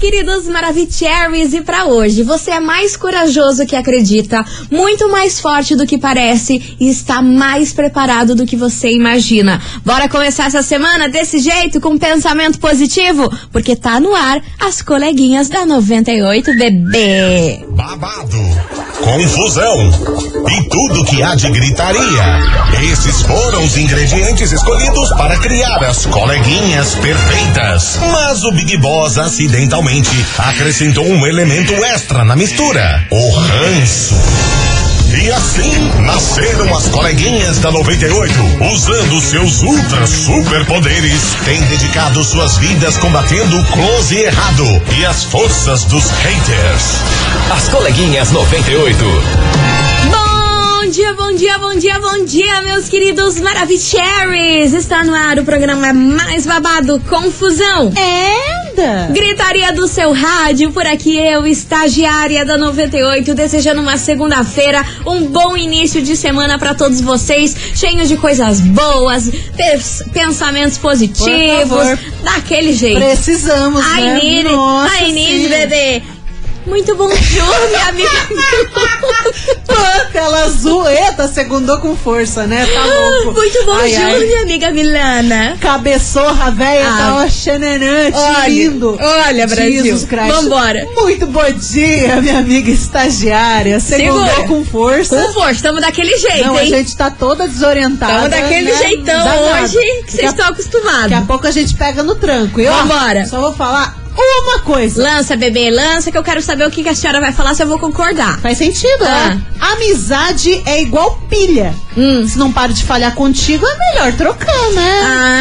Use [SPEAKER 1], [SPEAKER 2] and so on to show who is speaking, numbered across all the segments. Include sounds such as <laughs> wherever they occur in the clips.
[SPEAKER 1] Meninos Maravicheries e para hoje, você é mais corajoso que acredita, muito mais forte do que parece e está mais preparado do que você imagina. Bora começar essa semana desse jeito, com pensamento positivo? Porque tá no ar as coleguinhas da 98 bebê.
[SPEAKER 2] Babado, confusão e tudo que há de gritaria. Esses foram os ingredientes escolhidos para criar as coleguinhas perfeitas. Mas o Big Boss acidentalmente acrescentou um elemento extra na mistura: o ranço. E assim nasceram as coleguinhas da 98, usando seus ultra superpoderes, têm dedicado suas vidas combatendo o close errado e as forças dos haters.
[SPEAKER 3] As coleguinhas 98.
[SPEAKER 1] Bom dia, bom dia, bom dia, bom dia, meus queridos Maravicheries! Está no ar o programa mais babado, Confusão.
[SPEAKER 4] É?
[SPEAKER 1] Gritaria do seu rádio, por aqui eu, estagiária da 98, desejando uma segunda-feira, um bom início de semana para todos vocês, cheio de coisas boas, pers- pensamentos positivos,
[SPEAKER 4] favor.
[SPEAKER 1] daquele jeito.
[SPEAKER 4] Precisamos,
[SPEAKER 1] I
[SPEAKER 4] né?
[SPEAKER 1] need, it,
[SPEAKER 4] Nossa,
[SPEAKER 1] I need,
[SPEAKER 4] sim.
[SPEAKER 1] bebê. Muito bom dia,
[SPEAKER 4] <laughs>
[SPEAKER 1] minha amiga.
[SPEAKER 4] Aquela zoeta segundou com força, né? Tá louco.
[SPEAKER 1] Muito bom
[SPEAKER 4] Ai,
[SPEAKER 1] dia,
[SPEAKER 4] ai.
[SPEAKER 1] minha amiga Milana.
[SPEAKER 4] Cabeçorra velha
[SPEAKER 1] Ai.
[SPEAKER 4] tá xenenante,
[SPEAKER 1] Olha,
[SPEAKER 4] lindo.
[SPEAKER 1] olha, Brasil.
[SPEAKER 4] Jesus Christ.
[SPEAKER 1] Vambora.
[SPEAKER 4] Muito bom dia, minha amiga estagiária. Segundou
[SPEAKER 1] Segura.
[SPEAKER 4] com força.
[SPEAKER 1] Com força, estamos daquele jeito,
[SPEAKER 4] Não, a
[SPEAKER 1] hein?
[SPEAKER 4] gente tá toda desorientada.
[SPEAKER 1] Estamos daquele
[SPEAKER 4] né?
[SPEAKER 1] jeitão
[SPEAKER 4] Danada.
[SPEAKER 1] hoje que vocês
[SPEAKER 4] Daqui a-
[SPEAKER 1] estão acostumados.
[SPEAKER 4] Daqui a pouco a gente pega no tranco. Eu
[SPEAKER 1] Vambora.
[SPEAKER 4] só vou falar uma coisa.
[SPEAKER 1] Lança, bebê, lança, que eu quero saber o que, que a senhora vai falar se eu vou concordar. Ah.
[SPEAKER 4] Faz sentido, né? Amizade é igual pilha.
[SPEAKER 1] Hum.
[SPEAKER 4] Se não para de falhar contigo, é melhor trocar, né?
[SPEAKER 1] Ah,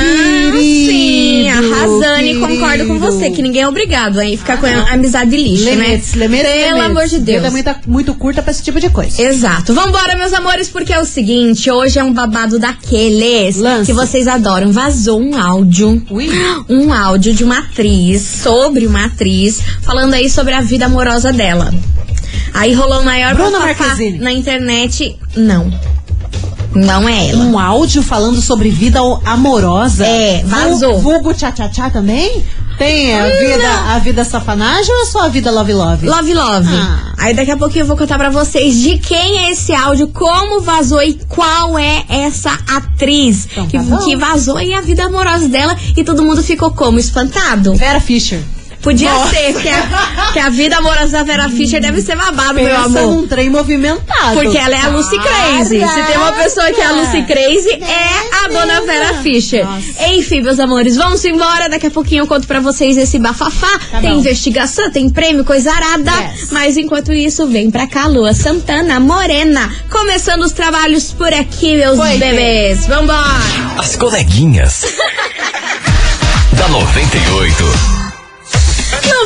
[SPEAKER 4] Querido,
[SPEAKER 1] sim, arrasane,
[SPEAKER 4] querido.
[SPEAKER 1] concordo com você, que ninguém é obrigado aí ficar com a amizade de lixo,
[SPEAKER 4] Limites,
[SPEAKER 1] né?
[SPEAKER 4] limites,
[SPEAKER 1] Pelo
[SPEAKER 4] limites.
[SPEAKER 1] amor de Deus.
[SPEAKER 4] Vida muito, muito curta pra esse tipo de coisa.
[SPEAKER 1] Exato. Vambora, meus amores, porque é o seguinte, hoje é um babado daqueles
[SPEAKER 4] Lance.
[SPEAKER 1] que vocês adoram. Vazou um áudio.
[SPEAKER 4] Ui.
[SPEAKER 1] Um áudio de uma atriz, sobre uma atriz, falando aí sobre a vida amorosa dela. Aí rolou o maior
[SPEAKER 4] Bruna
[SPEAKER 1] bafafá
[SPEAKER 4] Marquezine.
[SPEAKER 1] na internet. Não. Não é ela.
[SPEAKER 4] Um áudio falando sobre vida o- amorosa.
[SPEAKER 1] É, vazou. Hum,
[SPEAKER 4] Vul- Vulgo tchá-tchá-tchá também? Tem a vida, a vida safanagem ou é só a vida love-love?
[SPEAKER 1] Love Love.
[SPEAKER 4] Ah.
[SPEAKER 1] Aí daqui a pouquinho eu vou contar pra vocês de quem é esse áudio, como vazou e qual é essa atriz
[SPEAKER 4] Então tá
[SPEAKER 1] que,
[SPEAKER 4] bom.
[SPEAKER 1] que vazou e a vida amorosa dela e todo mundo ficou como? Espantado?
[SPEAKER 4] Vera Fischer.
[SPEAKER 1] Podia ser que a, que a vida amorosa da Vera Fischer deve ser babado, meu
[SPEAKER 4] Pensa
[SPEAKER 1] amor.
[SPEAKER 4] num trem movimentado.
[SPEAKER 1] Porque ela é a Lucy Crazy. Se tem uma pessoa que é a Lucy Crazy, é a dona Vera Fischer.
[SPEAKER 4] Nossa.
[SPEAKER 1] Enfim, meus amores, vamos embora. Daqui a pouquinho eu conto pra vocês esse bafafá.
[SPEAKER 4] Tá
[SPEAKER 1] tem
[SPEAKER 4] bom.
[SPEAKER 1] investigação, tem prêmio, coisa arada.
[SPEAKER 4] Yes.
[SPEAKER 1] Mas enquanto isso, vem pra cá, Lua Santana Morena. Começando os trabalhos por aqui, meus
[SPEAKER 4] Foi,
[SPEAKER 1] bebês. Vambora!
[SPEAKER 3] As coleguinhas. da 98.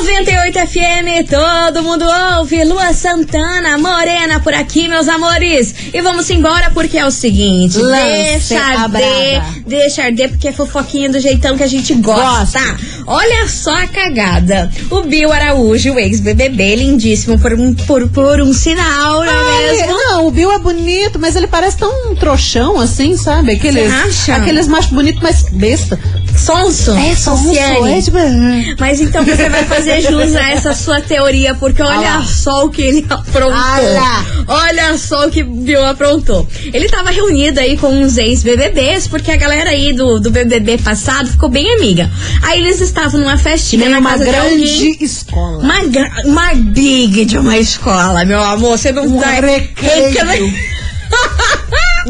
[SPEAKER 1] 98 FM, todo mundo ouve. Lua Santana, Morena por aqui, meus amores. E vamos embora porque é o seguinte:
[SPEAKER 4] Lance
[SPEAKER 1] deixa
[SPEAKER 4] a
[SPEAKER 1] arder,
[SPEAKER 4] brava.
[SPEAKER 1] deixa arder porque é fofoquinha do jeitão que a gente gosta. Olha só a cagada. O Bill Araújo, ex-BBB, lindíssimo por um, por, por um sinal, não
[SPEAKER 4] Ah,
[SPEAKER 1] é
[SPEAKER 4] ele-
[SPEAKER 1] mesmo?
[SPEAKER 4] Não, o Bill é bonito, mas ele parece tão trouxão assim, sabe? Aqueles,
[SPEAKER 1] Você acha?
[SPEAKER 4] aqueles machos bonitos, mas besta.
[SPEAKER 1] Sonso.
[SPEAKER 4] sou,
[SPEAKER 1] Sociane.
[SPEAKER 4] é, tipo, ah.
[SPEAKER 1] Mas então você vai fazer jus a <laughs> essa sua teoria, porque olha
[SPEAKER 4] Ah lá.
[SPEAKER 1] só o que ele aprontou.
[SPEAKER 4] Ah lá.
[SPEAKER 1] Olha só o que Bill aprontou. Ele tava reunido aí com uns ex-BBBs, porque a galera aí do, do BBB passado ficou bem amiga. Aí eles estavam numa festinha
[SPEAKER 4] Tem
[SPEAKER 1] na
[SPEAKER 4] uma
[SPEAKER 1] casa de alguém.
[SPEAKER 4] grande escola.
[SPEAKER 1] Uma, gra- uma big de uma escola, meu amor. Você não
[SPEAKER 4] Um
[SPEAKER 1] tá.
[SPEAKER 4] recreio. Um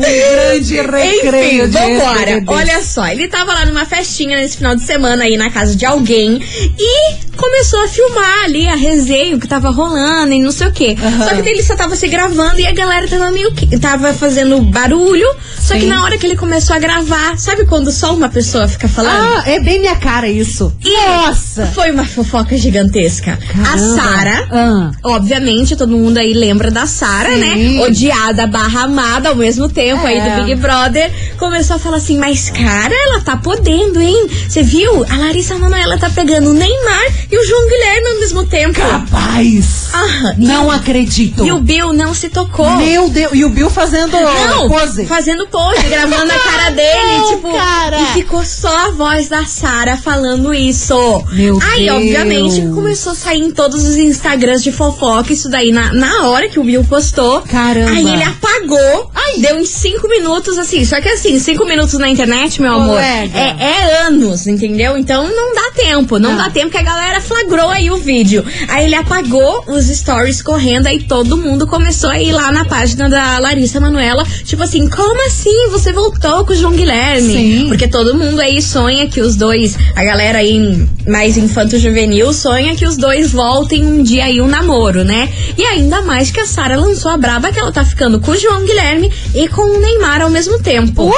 [SPEAKER 4] grande recreio
[SPEAKER 1] Enfim,
[SPEAKER 4] de
[SPEAKER 1] vambora.
[SPEAKER 4] ex-BBB.
[SPEAKER 1] Olha só, ele tava lá numa festinha nesse final de semana aí na casa de alguém e começou a filmar ali a resenha, o que tava rolando e não sei o quê.
[SPEAKER 4] Aham.
[SPEAKER 1] Só que daí ele só tava se gravando e a galera tava meio que. tava fazendo barulho. Só que
[SPEAKER 4] Sim.
[SPEAKER 1] na hora que ele começou a gravar, sabe quando só uma pessoa fica falando?
[SPEAKER 4] Ah, é bem minha cara isso.
[SPEAKER 1] E
[SPEAKER 4] Nossa!
[SPEAKER 1] Foi uma fofoca gigantesca. A
[SPEAKER 4] Caramba.
[SPEAKER 1] Sara,
[SPEAKER 4] Ah.
[SPEAKER 1] obviamente, todo mundo aí lembra da Sara,
[SPEAKER 4] Sim.
[SPEAKER 1] né? Odiada barra amada ao mesmo tempo aí
[SPEAKER 4] É.
[SPEAKER 1] do Big Brother, começou a falar assim, mas cara, ela tá podendo, hein? Você viu? A Larissa Manoela tá pegando o Neymar e o João Guilherme ao mesmo tempo.
[SPEAKER 4] Rapaz!
[SPEAKER 1] Ah, e-
[SPEAKER 4] Não acredito.
[SPEAKER 1] E o Bill não se tocou.
[SPEAKER 4] Meu Deus, e o Bill fazendo
[SPEAKER 1] Não,
[SPEAKER 4] pose.
[SPEAKER 1] fazendo pose, gravando a cara dele,
[SPEAKER 4] Não,
[SPEAKER 1] tipo,
[SPEAKER 4] cara.
[SPEAKER 1] e ficou só a voz da Sara falando isso.
[SPEAKER 4] Meu
[SPEAKER 1] Aí,
[SPEAKER 4] Deus.
[SPEAKER 1] obviamente, começou a sair em todos os Instagrams de fofoca, isso daí na, na hora que o Bill postou.
[SPEAKER 4] Caramba.
[SPEAKER 1] Aí ele apagou, deu em cinco minutos, assim, só que assim, cinco minutos na internet, meu amor,
[SPEAKER 4] Colega.
[SPEAKER 1] é, é anos, entendeu? Então não dá tempo, não
[SPEAKER 4] Ah.
[SPEAKER 1] dá tempo que a galera flagrou aí o vídeo. Aí ele apagou os stories correndo, aí todo mundo começou a ir lá na página da Larissa Manuela, tipo assim, como assim você voltou com o João Guilherme?
[SPEAKER 4] Sim.
[SPEAKER 1] Porque todo mundo aí sonha que os dois, a galera aí em- mais infanto-juvenil, sonha que os dois voltem um dia aí um namoro, né? E ainda mais que a Sara lançou a braba que ela tá ficando com o João Guilherme e com o Neymar ao mesmo tempo.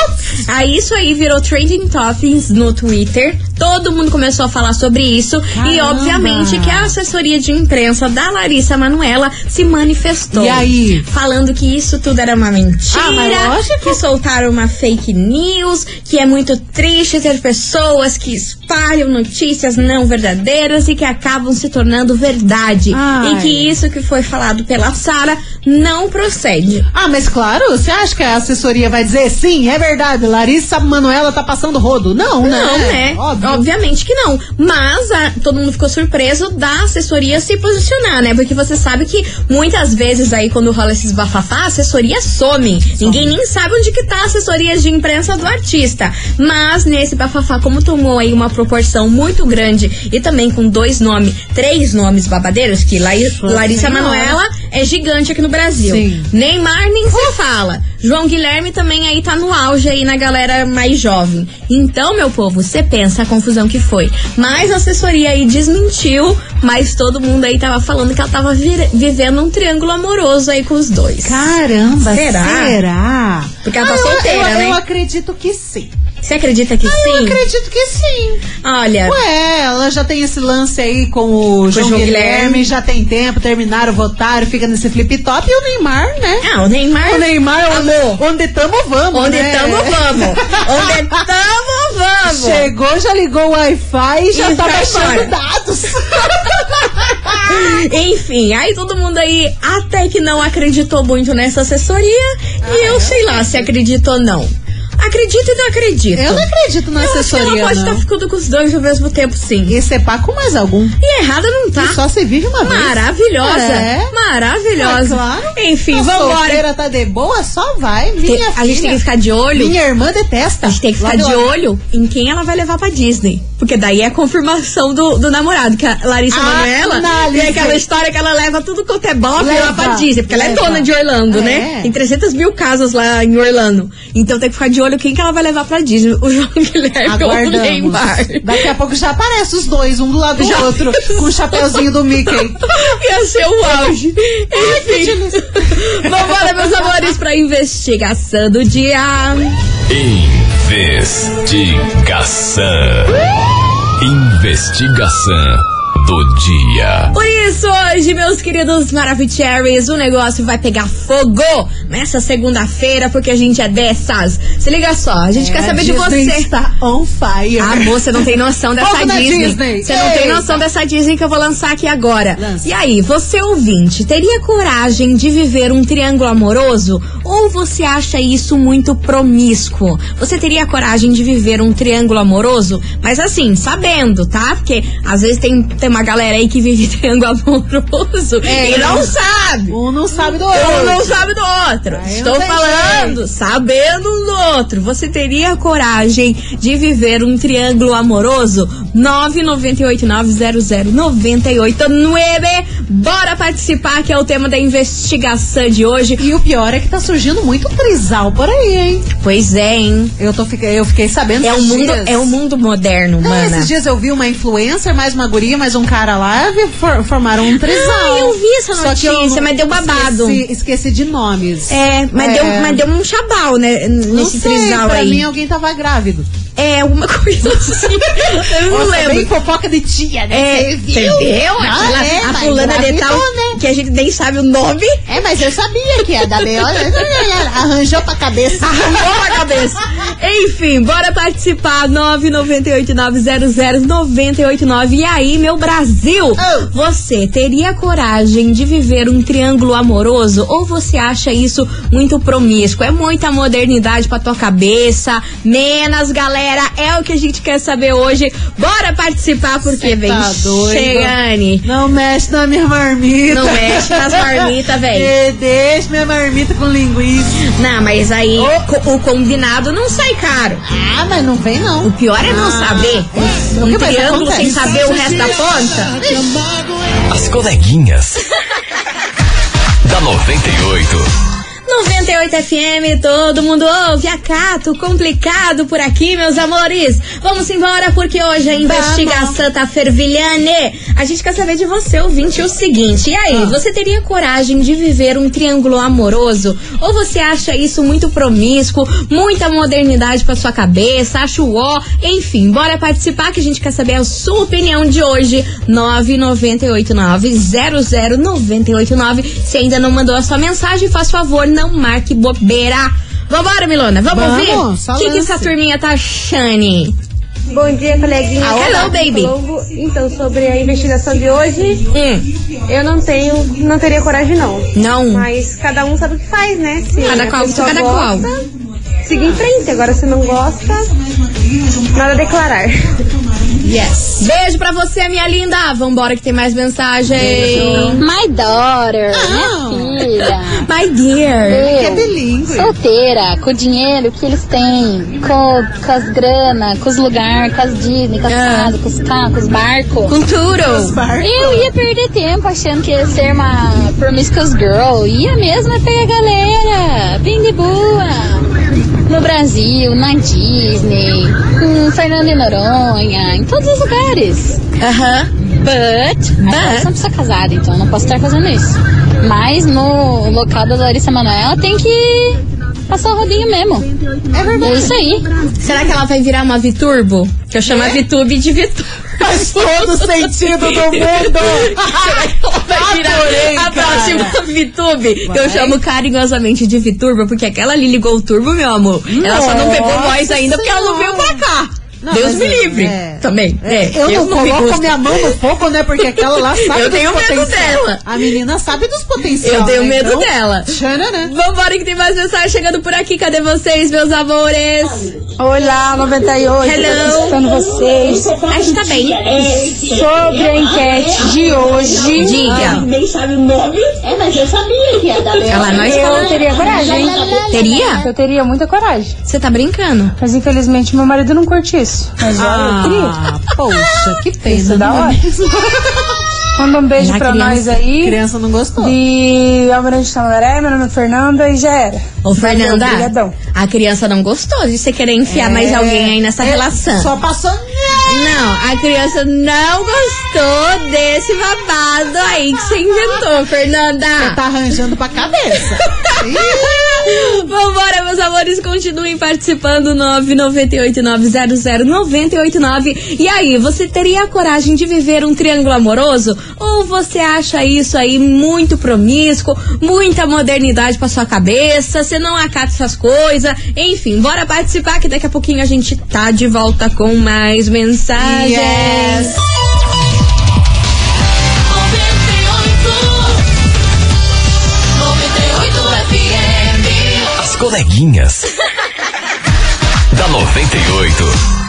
[SPEAKER 1] Aí isso aí virou trending topics no Twitter. Todo mundo começou a falar sobre isso. E
[SPEAKER 4] Caramba.
[SPEAKER 1] obviamente que a assessoria de imprensa da Larissa Manuela se manifestou.
[SPEAKER 4] E aí?
[SPEAKER 1] Falando que isso tudo era uma mentira.
[SPEAKER 4] Ah, mas lógico.
[SPEAKER 1] que soltaram uma fake news, que é muito triste ter pessoas que espalham notícias não verdadeiras e que acabam se tornando verdade.
[SPEAKER 4] Ai.
[SPEAKER 1] E que isso que foi falado pela Sara não procede.
[SPEAKER 4] Ah, mas claro, você acha que a assessoria vai dizer sim, é verdade, Larissa Manoela tá passando rodo? Não, né?
[SPEAKER 1] Não, né?
[SPEAKER 4] Óbvio.
[SPEAKER 1] Obviamente que não. Mas a- todo mundo ficou surpreso da assessoria se posicionar, né? Porque você sabe que muitas vezes aí, quando rola esses bafafá, a assessoria some. Ninguém nem sabe onde que tá a assessoria de imprensa do artista. Mas nesse bafafá, como tomou aí uma proporção muito grande e também com dois nomes, três nomes babadeiros, que Lai-
[SPEAKER 4] Nossa
[SPEAKER 1] Larissa
[SPEAKER 4] Senhora.
[SPEAKER 1] Manoela é gigante aqui no Brasil.
[SPEAKER 4] Sim.
[SPEAKER 1] Neymar nem se fala. João Guilherme também aí tá no auge aí na galera mais jovem. Então, meu povo, você pensa a confusão que foi. Mas a assessoria aí desmentiu, mas todo mundo aí tava falando que ela tava vir- vivendo um triângulo amoroso aí com os dois.
[SPEAKER 4] Caramba, será?
[SPEAKER 1] Será? Porque ela tá solteira,
[SPEAKER 4] Ah, eu, eu,
[SPEAKER 1] né?
[SPEAKER 4] Eu acredito que sim. Ah,
[SPEAKER 1] Você acredita que
[SPEAKER 5] Ah,
[SPEAKER 1] sim?
[SPEAKER 4] Eu acredito que sim.
[SPEAKER 1] Olha,
[SPEAKER 4] Ué, ela já tem esse lance aí com o João,
[SPEAKER 1] João
[SPEAKER 4] Guilherme,
[SPEAKER 1] Guilherme.
[SPEAKER 4] já tem tempo, terminaram, votaram, fica nesse flip-top e o Neymar, né?
[SPEAKER 1] ah, o Neymar.
[SPEAKER 4] O Neymar,
[SPEAKER 1] Amor.
[SPEAKER 4] onde, onde tamo, vamos,
[SPEAKER 1] Onde
[SPEAKER 4] né?
[SPEAKER 1] tamo, vamos. Onde tamo, vamos.
[SPEAKER 4] Chegou, já ligou o Wi-Fi e já
[SPEAKER 1] E
[SPEAKER 4] tá
[SPEAKER 1] vai
[SPEAKER 4] baixando
[SPEAKER 1] embora.
[SPEAKER 4] dados.
[SPEAKER 1] <laughs> Enfim, aí todo mundo aí até que não acreditou muito nessa assessoria. e
[SPEAKER 4] Ah, é?
[SPEAKER 1] eu sei lá se acredito ou não. Acredito e não acredito.
[SPEAKER 4] Eu não acredito na
[SPEAKER 1] Eu acho que
[SPEAKER 4] assessoria,
[SPEAKER 1] ela pode estar
[SPEAKER 4] não.
[SPEAKER 1] ficando com os dois ao mesmo tempo, sim.
[SPEAKER 4] Esse é pá com mais algum.
[SPEAKER 1] E errada não tá.
[SPEAKER 4] E só se
[SPEAKER 5] um
[SPEAKER 4] vive uma vez.
[SPEAKER 1] Maravilhosa.
[SPEAKER 4] É.
[SPEAKER 1] Maravilhosa.
[SPEAKER 4] Ah, claro.
[SPEAKER 1] Enfim,
[SPEAKER 4] Tá
[SPEAKER 1] vambora.
[SPEAKER 4] solteira, tá de boa, só vai.
[SPEAKER 1] Te-
[SPEAKER 4] Minha
[SPEAKER 1] a gente tem
[SPEAKER 4] filha.
[SPEAKER 1] que ficar de olho.
[SPEAKER 4] Minha irmã detesta.
[SPEAKER 1] A gente tem que ficar de olho em quem ela vai levar pra Disney. Porque daí é a confirmação do, do namorado, que a Larissa
[SPEAKER 4] Ah,
[SPEAKER 1] Manoela
[SPEAKER 4] análise.
[SPEAKER 1] tem aquela história que ela leva tudo quanto é bofe
[SPEAKER 4] Leva,
[SPEAKER 1] lá pra Disney. Porque ela é
[SPEAKER 4] leva.
[SPEAKER 1] dona de Orlando,
[SPEAKER 4] É.
[SPEAKER 1] né? Tem 300 mil casas lá em Orlando. Então tem que ficar de olho quem que ela vai levar pra Disney. O João Guilherme é um ou o
[SPEAKER 4] Aguardamos.
[SPEAKER 1] Neymar.
[SPEAKER 4] Daqui a pouco já aparece os dois, um do lado
[SPEAKER 1] Já.
[SPEAKER 4] do outro, com o chapeuzinho do
[SPEAKER 1] <laughs>
[SPEAKER 4] Mickey.
[SPEAKER 1] Ia ser o auge. Enfim. Vambora, meus amores, pra investigação do dia.
[SPEAKER 3] Investigação. Investigação do dia.
[SPEAKER 1] Por isso, hoje, meus queridos Maravicheries, o negócio vai pegar fogo nessa segunda-feira, porque a gente é dessas. Se liga só, a gente quer saber de
[SPEAKER 4] É, Disney
[SPEAKER 1] você.
[SPEAKER 4] está on fire.
[SPEAKER 1] Amor, você não tem noção dessa
[SPEAKER 4] <laughs> Fogo na Disney.
[SPEAKER 1] Disney. Você não tem
[SPEAKER 4] Eita.
[SPEAKER 1] noção dessa Disney que eu vou lançar aqui agora.
[SPEAKER 4] Lança.
[SPEAKER 1] E aí, você ouvinte, teria coragem de viver um triângulo amoroso? Ou você acha isso muito promíscuo? Você teria coragem de viver um triângulo amoroso? Mas assim, sabendo, tá? Porque às vezes tem, tem uma galera aí que vive <laughs> triângulo amoroso
[SPEAKER 4] É.
[SPEAKER 1] e não sabe.
[SPEAKER 4] Um não sabe do outro.
[SPEAKER 1] Um não sabe do outro.
[SPEAKER 4] Aí não
[SPEAKER 1] Estou
[SPEAKER 4] tem
[SPEAKER 1] falando, sabendo um do outro. Você teria coragem de viver um triângulo amoroso? 998900989. Bora participar, que é o tema da investigação de hoje.
[SPEAKER 4] E o pior é que tá surgindo muito trisal por aí, hein?
[SPEAKER 1] Pois é, hein?
[SPEAKER 4] Eu, tô, fica- eu fiquei sabendo
[SPEAKER 1] É o
[SPEAKER 4] esses
[SPEAKER 1] mundo,
[SPEAKER 4] dias.
[SPEAKER 1] é o mundo moderno,
[SPEAKER 4] Não,
[SPEAKER 1] mana.
[SPEAKER 4] esses dias eu vi uma influencer, mais uma guria, mais um cara lá, vi- for- formaram um trisal.
[SPEAKER 1] Ah, eu vi essa
[SPEAKER 4] Só que eu
[SPEAKER 1] notícia,
[SPEAKER 4] não-
[SPEAKER 1] mas deu babado.
[SPEAKER 4] Esqueci, esqueci de nomes.
[SPEAKER 1] É, mas,
[SPEAKER 4] É.
[SPEAKER 1] Deu, mas deu um chabal, né? n-
[SPEAKER 4] Não
[SPEAKER 1] Nesse
[SPEAKER 4] sei,
[SPEAKER 1] trisal
[SPEAKER 4] pra
[SPEAKER 1] aí.
[SPEAKER 4] mim alguém tava grávido.
[SPEAKER 1] É, alguma <laughs> coisa assim. <laughs> Eu não
[SPEAKER 4] Nossa,
[SPEAKER 1] lembro.
[SPEAKER 4] Bem fofoca de tia, né?
[SPEAKER 1] É,
[SPEAKER 4] Você viu?
[SPEAKER 1] entendeu?
[SPEAKER 4] Ah,
[SPEAKER 1] Aquela-
[SPEAKER 4] é,
[SPEAKER 1] a
[SPEAKER 4] mas
[SPEAKER 1] fulana de tal,
[SPEAKER 4] engravidou, né?
[SPEAKER 1] que a gente nem sabe o nome,
[SPEAKER 4] É, mas eu sabia que ia dar B.O. Arranjou pra cabeça.
[SPEAKER 1] arrancou a cabeça. Enfim, bora participar. 998-900-989. E aí, meu Brasil?
[SPEAKER 4] Oh.
[SPEAKER 1] Você teria coragem de viver um triângulo amoroso ou você acha isso muito promíscuo? É muita modernidade pra tua cabeça. Menos, galera, é o que a gente quer saber hoje. Bora participar porque
[SPEAKER 4] Cê
[SPEAKER 1] vem
[SPEAKER 4] tá doido.
[SPEAKER 1] chegando.
[SPEAKER 4] Não mexe na minha marmita.
[SPEAKER 1] Não mexe nas marmitas,
[SPEAKER 4] <laughs>
[SPEAKER 1] velho.
[SPEAKER 4] Me Deixa minha marmita com linguiça.
[SPEAKER 1] Não, mas aí co- o combinado não sai caro.
[SPEAKER 4] Ah, mas não vem não.
[SPEAKER 1] O pior é não
[SPEAKER 4] Ah,
[SPEAKER 1] saber.
[SPEAKER 4] é. O
[SPEAKER 1] Um
[SPEAKER 4] que mais
[SPEAKER 1] triângulo sem
[SPEAKER 4] acontece?
[SPEAKER 1] saber o resto da
[SPEAKER 4] é
[SPEAKER 1] ponta.
[SPEAKER 3] As coleguinhas. da 98.
[SPEAKER 1] 98 FM, todo mundo ouve. Acato, complicado por aqui, meus amores. Vamos embora porque hoje a investigação tá fervilhane. A gente quer saber de você, ouvinte, o seguinte. E
[SPEAKER 4] Ah.
[SPEAKER 1] aí, você teria coragem de viver um triângulo amoroso? Ou você acha isso muito promíscuo, muita modernidade pra sua cabeça, acha o ó? Enfim, bora participar que a gente quer saber a sua opinião de hoje. 998900989. Se ainda não mandou a sua mensagem, faz favor, não marque bobeira. Vambora, Milona, vamos,
[SPEAKER 4] Vamos,
[SPEAKER 1] ouvir?
[SPEAKER 4] só
[SPEAKER 1] O que, que
[SPEAKER 4] lance.
[SPEAKER 1] essa turminha tá achando?
[SPEAKER 5] Bom dia, coleguinha.
[SPEAKER 1] Ah, hello,
[SPEAKER 5] Olá,
[SPEAKER 1] baby.
[SPEAKER 5] Colombo. Então, sobre a investigação de hoje,
[SPEAKER 1] Hum,
[SPEAKER 5] eu não tenho, não teria coragem não.
[SPEAKER 1] não.
[SPEAKER 5] Mas cada um sabe o que faz, né? Se
[SPEAKER 1] Cada
[SPEAKER 6] é
[SPEAKER 5] a
[SPEAKER 1] qual,
[SPEAKER 5] pessoa
[SPEAKER 1] cada qual.
[SPEAKER 5] gosta, Siga em frente. Agora, se não gosta, nada a declarar.
[SPEAKER 4] Yes.
[SPEAKER 1] Beijo pra você, minha linda. Vambora que tem mais mensagem.
[SPEAKER 7] My daughter,
[SPEAKER 4] Ah.
[SPEAKER 7] minha filha.
[SPEAKER 1] <laughs> My dear.
[SPEAKER 4] Que é
[SPEAKER 7] Eu,
[SPEAKER 4] bilíngue.
[SPEAKER 7] solteira, com o dinheiro que eles têm, com, com as grana, com os lugares, com as Disney, com as
[SPEAKER 1] Ah.
[SPEAKER 7] casas, com os carros, com os barcos.
[SPEAKER 1] Com tudo.
[SPEAKER 7] Eu ia perder tempo achando que ia ser uma promiscuous girl. Ia mesmo é pegar a galera, bem de boa. No Brasil, na Disney, com Fernando e Noronha, em todos os lugares.
[SPEAKER 1] Aham.
[SPEAKER 7] But, agora eu sou uma pessoa casada, então eu não posso estar fazendo isso. Mas no local da Larissa Manoela tem que passar o rodinho mesmo.
[SPEAKER 4] É
[SPEAKER 7] É
[SPEAKER 4] verdade.
[SPEAKER 7] isso aí. É.
[SPEAKER 1] Será que ela vai virar uma Viturbo? Que eu chamo a Vitube de Viturbo.
[SPEAKER 4] Faz todo sentido do mundo.
[SPEAKER 1] Será que ela vai virar
[SPEAKER 4] Adorei,
[SPEAKER 1] a
[SPEAKER 4] cara.
[SPEAKER 1] próxima Vitube? Que eu
[SPEAKER 4] Vai.
[SPEAKER 1] chamo carinhosamente de Viturbo, porque aquela ali ligou o turbo, meu amor. Ela só não pegou
[SPEAKER 4] Nossa
[SPEAKER 1] voz ainda porque ela não veio
[SPEAKER 4] Senhora.
[SPEAKER 1] pra cá.
[SPEAKER 4] Não,
[SPEAKER 1] Deus
[SPEAKER 4] mas
[SPEAKER 1] me
[SPEAKER 4] é-
[SPEAKER 1] livre.
[SPEAKER 4] é.
[SPEAKER 1] Também. É,
[SPEAKER 4] Eu, não
[SPEAKER 1] me
[SPEAKER 4] coloco a
[SPEAKER 1] gusto.
[SPEAKER 4] minha mão no fogo, né? Porque aquela lá sabe
[SPEAKER 1] Eu
[SPEAKER 4] dos
[SPEAKER 1] tenho medo
[SPEAKER 4] potencial.
[SPEAKER 1] dela.
[SPEAKER 4] A menina sabe dos potenciais.
[SPEAKER 1] Eu tenho
[SPEAKER 4] né?
[SPEAKER 1] medo
[SPEAKER 4] Então,
[SPEAKER 1] dela.
[SPEAKER 4] tchananã.
[SPEAKER 1] Vambora que tem mais mensagem chegando por aqui. Cadê vocês, meus amores?
[SPEAKER 8] Olá, 98.
[SPEAKER 1] Hello.
[SPEAKER 8] tô escutando vocês.
[SPEAKER 1] A gente tá bem.
[SPEAKER 8] É, sobre a enquete de hoje.
[SPEAKER 1] Diga.
[SPEAKER 8] Nem sabe o nome. É, mas eu sabia que ia dar
[SPEAKER 1] Ela nós
[SPEAKER 8] Eu
[SPEAKER 1] falando.
[SPEAKER 8] teria coragem.
[SPEAKER 1] Teria?
[SPEAKER 8] Eu teria muita coragem.
[SPEAKER 1] Você tá brincando?
[SPEAKER 8] Mas infelizmente meu marido não curte isso. Mas olha, eu queria.
[SPEAKER 4] Ah, poxa, que pena.
[SPEAKER 8] Isso é da hora. Manda um beijo
[SPEAKER 1] é Já
[SPEAKER 8] pra
[SPEAKER 1] criança-
[SPEAKER 8] nós aí.
[SPEAKER 4] Criança não gostou.
[SPEAKER 8] De Almirante Tamandaré, meu nome é Fernanda e já era.
[SPEAKER 1] Ô, Fernanda,
[SPEAKER 8] Valeu, brigadão.
[SPEAKER 1] a criança não gostou de você querer enfiar mais alguém aí nessa
[SPEAKER 4] É,
[SPEAKER 1] relação.
[SPEAKER 4] Só passou.
[SPEAKER 1] Não, a criança não gostou desse babado aí que você inventou, Fernanda.
[SPEAKER 4] Tá arranjando
[SPEAKER 1] <laughs>
[SPEAKER 4] pra cabeça.
[SPEAKER 1] Vambora, meus amores, continuem participando. 998-900-989. E aí, você teria a coragem de viver um triângulo amoroso? Ou você acha isso aí muito promíscuo, muita modernidade pra sua cabeça? Você não acata essas coisas? Enfim, bora participar que daqui a pouquinho a gente tá de volta com mais mensagens.
[SPEAKER 4] Yes.
[SPEAKER 3] As coleguinhas. da 98.